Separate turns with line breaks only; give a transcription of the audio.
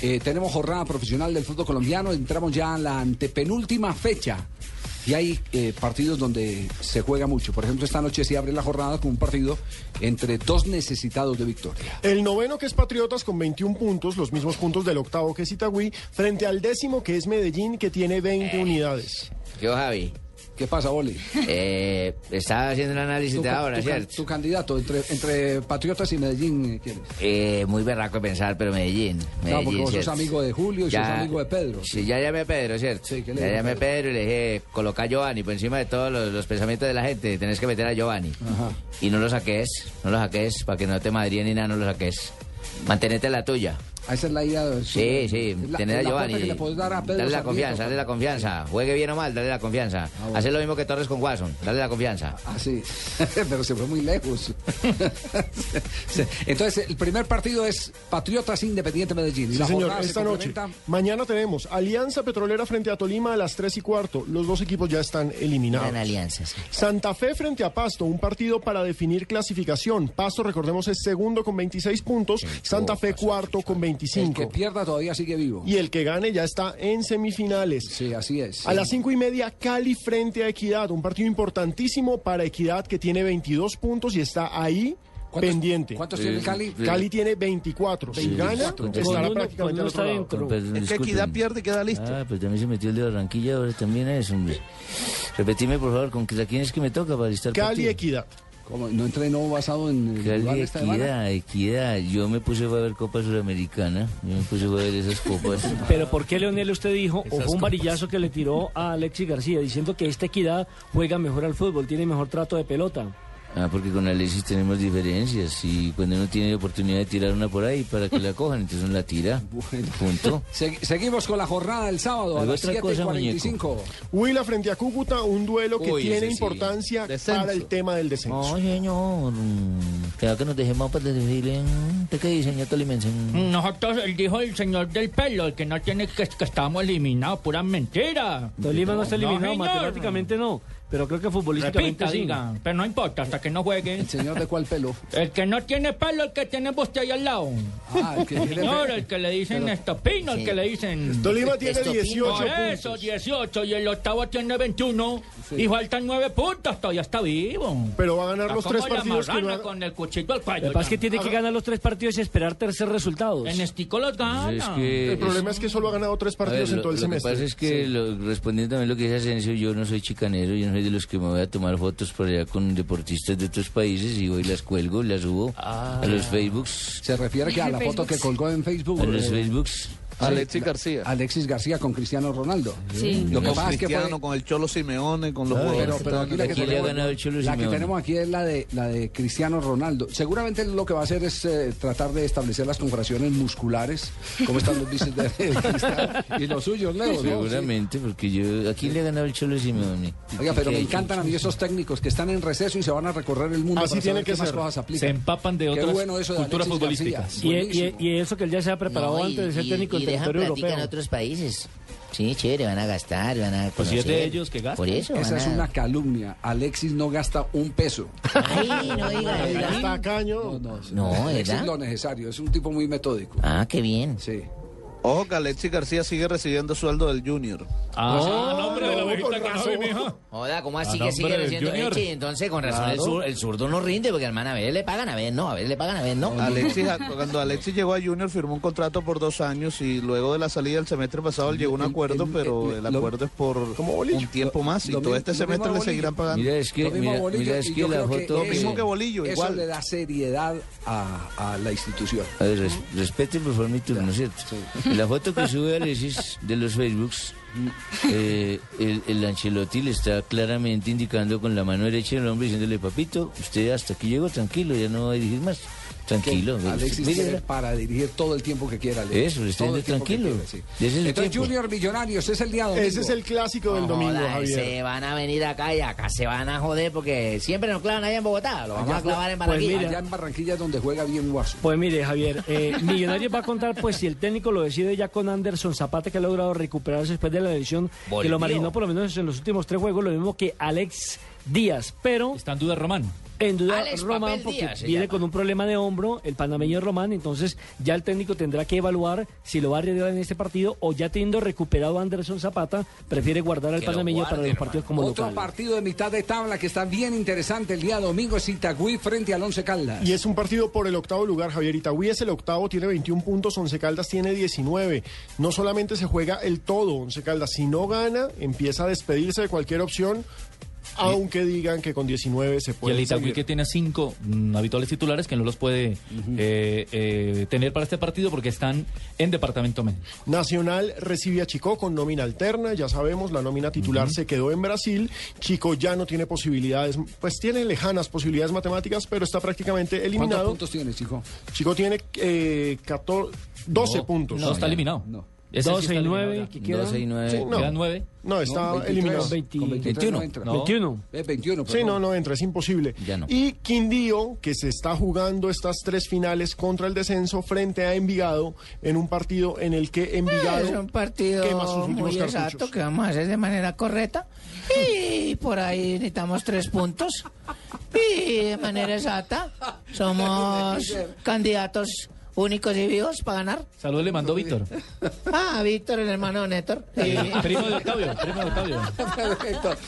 Eh, tenemos jornada profesional del fútbol colombiano, entramos ya a la antepenúltima fecha. Y hay eh, partidos donde se juega mucho. Por ejemplo, esta noche se abre la jornada con un partido entre dos necesitados de victoria.
El noveno que es Patriotas con 21 puntos, los mismos puntos del octavo que es Itagüí, frente al décimo que es Medellín que tiene 20 unidades.
Yo, Javi,
¿Qué pasa, Oli?
eh, estaba haciendo el análisis
Tu
de
ca-
ahora,
tu ca-
¿cierto?
Tu candidato entre, entre Patriotas y Medellín, eh, ¿quién es?
Eh, muy berraco de pensar, pero Medellín.
No,
Medellín
porque vos sos
¿cierto?
amigo de Julio y sos amigo de Pedro.
Sí, ya llamé a Pedro, ¿cierto?
Sí, ¿qué le
ya
dijo
llamé a
Pedro?
Pedro y le dije, coloca a Giovanni por encima de todos los, los pensamientos de la gente, tenés que meter a Giovanni.
Ajá.
Y no lo saques, no lo saques, para que no te madríen ni nada, no lo saques. Mantenete en la tuya.
Ah, Esa es la idea. de-
Sí, sí,
es la-
tener a
es la
Giovanni.
puerta que le podés dar a Pedro
dale la
Sarmiento. Ah,
confianza, dale la confianza. Juegue bien o mal, dale la confianza.
bueno.
Hacer lo mismo que Torres con Watson, dale la confianza.
Ah, sí, pero se fue muy lejos. Sí. Entonces, el primer partido es Patriotas Independiente Medellín. Y
Sí,
la
señor,
jornada se
esta noche.
complementa-
Mañana tenemos Alianza Petrolera frente a Tolima a las 3 y cuarto. Los dos equipos ya están eliminados.
Gran alianza, sí.
Santa Fe frente a Pasto, un partido para definir clasificación. Pasto, recordemos, es segundo con 26 puntos, Santa Fe cuarto con
El que
25.
pierda todavía sigue vivo.
Y el que gane ya está en semifinales.
Sí, así es.
A las cinco y media, Cali frente a Equidad, un partido importantísimo para Equidad que tiene 22 puntos y está ahí
¿Cuántos-
pendiente.
¿Cuántos tiene el Cali?
Cali tiene 24. Si gana,
24.
estará
Con uno- con
prácticamente
uno
al
está
otro lado.
dentro.
El que Equidad pierde queda listo.
Ah, pues también se metió el de Barranquilla, ahora también es, hombre. Repetime, por favor, con que- la quién es que me toca para listar
Cali
partido?
Equidad.
Como no entrenó basado en el lugar
Cali,
de esta semana.
equidad, equidad. Yo me puse fue a ver Copa Suramericana. Yo me puse fue a ver esas copas.
Pero ¿por qué Leonel usted dijo, o fue un varillazo que le tiró a Alexis García, diciendo que esta equidad juega mejor al fútbol, tiene mejor trato de pelota?
Ah, porque con Alexis tenemos diferencias. Y cuando uno tiene la oportunidad de tirar una por ahí para que la cojan, entonces uno la tira.
Bueno.
Punto.
Segu- seguimos con la jornada del sábado a
Pero
las
otra cosa,
7.45.
Huila frente a Cúcuta, un duelo que
Uy,
tiene
ese sí.
importancia
Descenso.
para el tema del descenso.
No, señor. Cuidado que nos dejemos para decirle. ¿Usted qué dice, señor Tolimense?
Mm. Nosotros, él dijo el señor del pelo, que no tiene que, que estábamos eliminados, pura mentira.
Tolima no está
No,
eliminado,
señor.
matemáticamente no, pero creo que futbolísticamente
Repita,
sí.
diga, pero no importa, hasta que no juegue.
El señor de cuál pelo.
El que no tiene pelo, el que tiene usted ahí al lado.
Ah, el que tiene
Señor,
pelo.
el que le dicen
Pero-
estopino, el que le dicen...
Tolima tiene
Esto-
18
Por
puntos.
eso, 18, y el octavo tiene 21,
Sí.
y faltan 9 puntos, todavía está vivo. Ah,
Pero va a ganar
Está
los
como
tres
la
partidos que no
marrana
ha-
con el cuchillo al cuello,
Lo que pasa es que
ya.
tiene que ganar los tres partidos y esperar tercer resultados.
En estico los gana.
Entonces es que...
El problema es que solo ha ganado tres
A ver,
partidos en
lo-
todo el
lo que pasa
semestre.
es que, lo- respondiendo también lo que dice Asensio, yo no soy chicanero, yo no soy de los que me voy a tomar fotos por allá con deportistas de otros países y voy y las cuelgo, las subo a los Facebooks.
Se refiere que a la foto que colgó en Facebook.
A los
eh,
Facebooks.
Ah, Alexis
la-
García.
Alexis García con Cristiano Ronaldo.
Sí.
Lo que
con
pasa es que fue-
Cristiano, con el Cholo Simeone, con los jugadores.
Pero, pero aquí la que,
Aquí le ha
tenemos,
ganado el Cholo
la que
Simeone.
tenemos aquí es la de, la de Cristiano Ronaldo. Seguramente lo que va a hacer es eh, tratar de establecer las confracciones musculares, como están los bíceps de Cristiano y los suyos, Leo. ¿no?
Seguramente, porque yo... Aquí le ha ganado el Cholo Simeone.
Sí. Oiga, pero
Aquí
me
hay
encantan a mí
muchos.
esos técnicos que están en receso y se van a recorrer el
Ah,
mundo
Así
para
tiene
saber
que
qué más
ser.
cosas aplican.
Se empapan de
Qué
otras
bueno eso de
culturas
Alexis
futbolísticas.
García.
Y, y-
Buenísimo.
y eso que él ya se ha preparado
No, y-
antes de ser
y-
técnico
y
del
dejan
territorio
platica
europeo.
en otros países. Sí, chévere, van a gastar, van a conocer.
Pues si es de ellos que gastan.
Por eso,
Esa
van
es
a-
una calumnia. Alexis no gasta un peso.
Ay, no diga,
Ahí
¿verdad?
Está caño.
No,
Alexis
¿verdad?
lo necesario. Es un tipo muy metódico.
Ah, qué bien.
Sí.
Ojo que Alexis García sigue recibiendo sueldo del Junior.
Ah, nombre de la
no,
bebita
con
que
razón.
soy, mijo.
Joda, ¿cómo así
A
que
nombre
sigue
del
recibiendo
Junior.
leche? Y entonces, con razón, el, zur- el zurdo no rinde, porque al man a ver le pagan, a ver no, a ver le pagan, a ver no.
Alexis, a- cuando Alexis llegó a Junior firmó un contrato por dos años y luego de la salida del semestre pasado él llegó a un
El-
acuerdo,
el-
pero
el-
el,
lo-
acuerdo es por
como bolillo.
un tiempo más y
Lo
todo
mi-
este
lo mismo
semestre le
bolillo.
seguirán pagando.
Mira, es que,
Lo mismo a
mira,
Bolillo,
mira, es
y
que
yo
la
creo que
foto...
eso-
mismo que Bolillo,
eso
igual.
le da seriedad a, a la institución.
A ver, res- respeten por favor mi turno, ¿cierto? La foto que sube Alexis de los Facebooks, eh, el, el Ancelotti le está claramente indicando con la mano derecha del hombre diciéndole, papito, usted hasta aquí llegó, tranquilo, ya no va a dirigir más. Tranquilo. mire,
Alexis
mire,
tiene para dirigir todo el tiempo que quiera. Alexis.
Eso, esté
Todo el tiempo que
tranquilo.
quiera, sí.
Ese es el
Entonces,
tiempo.
Junior Millonarios es el día domingo.
Ese es el clásico del
No
domingo,
joda,
Javier.
se van a venir acá y acá se van a joder porque siempre nos clavan allá en Bogotá, lo vamos
Allá
a clavar en
pues
Barranquilla.
mira.
Allá en Barranquilla es donde juega bien Guaso.
Pues mire, Javier, eh, Millonarios va a contar, pues si el técnico lo decide ya con Anderson Zapata, que ha logrado recuperarse después de la lesión, que
Volvió.
lo marginó por lo menos en los últimos tres juegos, lo mismo que Alex Díaz, pero
Está en duda Román.
en duda
Alex
Román
Papel
porque
Díaz se
viene
llama.
con un problema de hombro, el panameño Román, entonces ya el técnico tendrá que evaluar si lo va a arriesgar en este partido o ya teniendo recuperado a Anderson Zapata, prefiere guardar al
Que lo
panameño para
guarde,
los partidos como
Otro
local.
partido de mitad de tabla que está bien interesante el día domingo es Itagüí frente al Once Caldas.
Y es un partido por el octavo lugar, Javier Itagüí es el octavo, tiene 21 puntos, Once Caldas tiene 19. No solamente se juega el todo, Once Caldas, si no gana, empieza a despedirse de cualquier opción, aunque digan que con 19 se
Y
puede.
el Itagüí que tiene cinco mm, habituales titulares que no los puede eh, eh, tener para este partido porque están en departamento menos.
Nacional recibe a Chico con nómina alterna, ya sabemos, la nómina titular se quedó en Brasil, Chico ya no tiene posibilidades, pues tiene lejanas posibilidades matemáticas, pero está prácticamente
¿Cuántos
eliminado.
puntos tiene, chico?
Chico tiene eh, 14, 12
No,
puntos.
No, está eliminado.
No.
Ese sí
12 y
está
9,
eliminado
que
ya.
quedan?
12 y 9.
Sí,
Quedan
no,
nueve.
no, está
No, 23,
eliminado.
con 23 no entra.
No.
21.
Eh, 21,
Sí, no,
perdón.
no entra, es imposible.
Ya no.
Y Quindío, que se está jugando estas tres finales contra el descenso frente a Envigado en un partido en el que
Eh, Es
Envigado
un partido
quema sus últimos
muy exacto
cartuchos.
que vamos a hacer de manera correcta. Y por ahí necesitamos tres puntos. Y de manera exacta, somos candidatos únicos y vivos para ganar.
Saludos le mandó Víctor.
Ah, Víctor, el hermano de Néstor. Y-
Primo de Octavio, primo de Octavio.
Perfecto.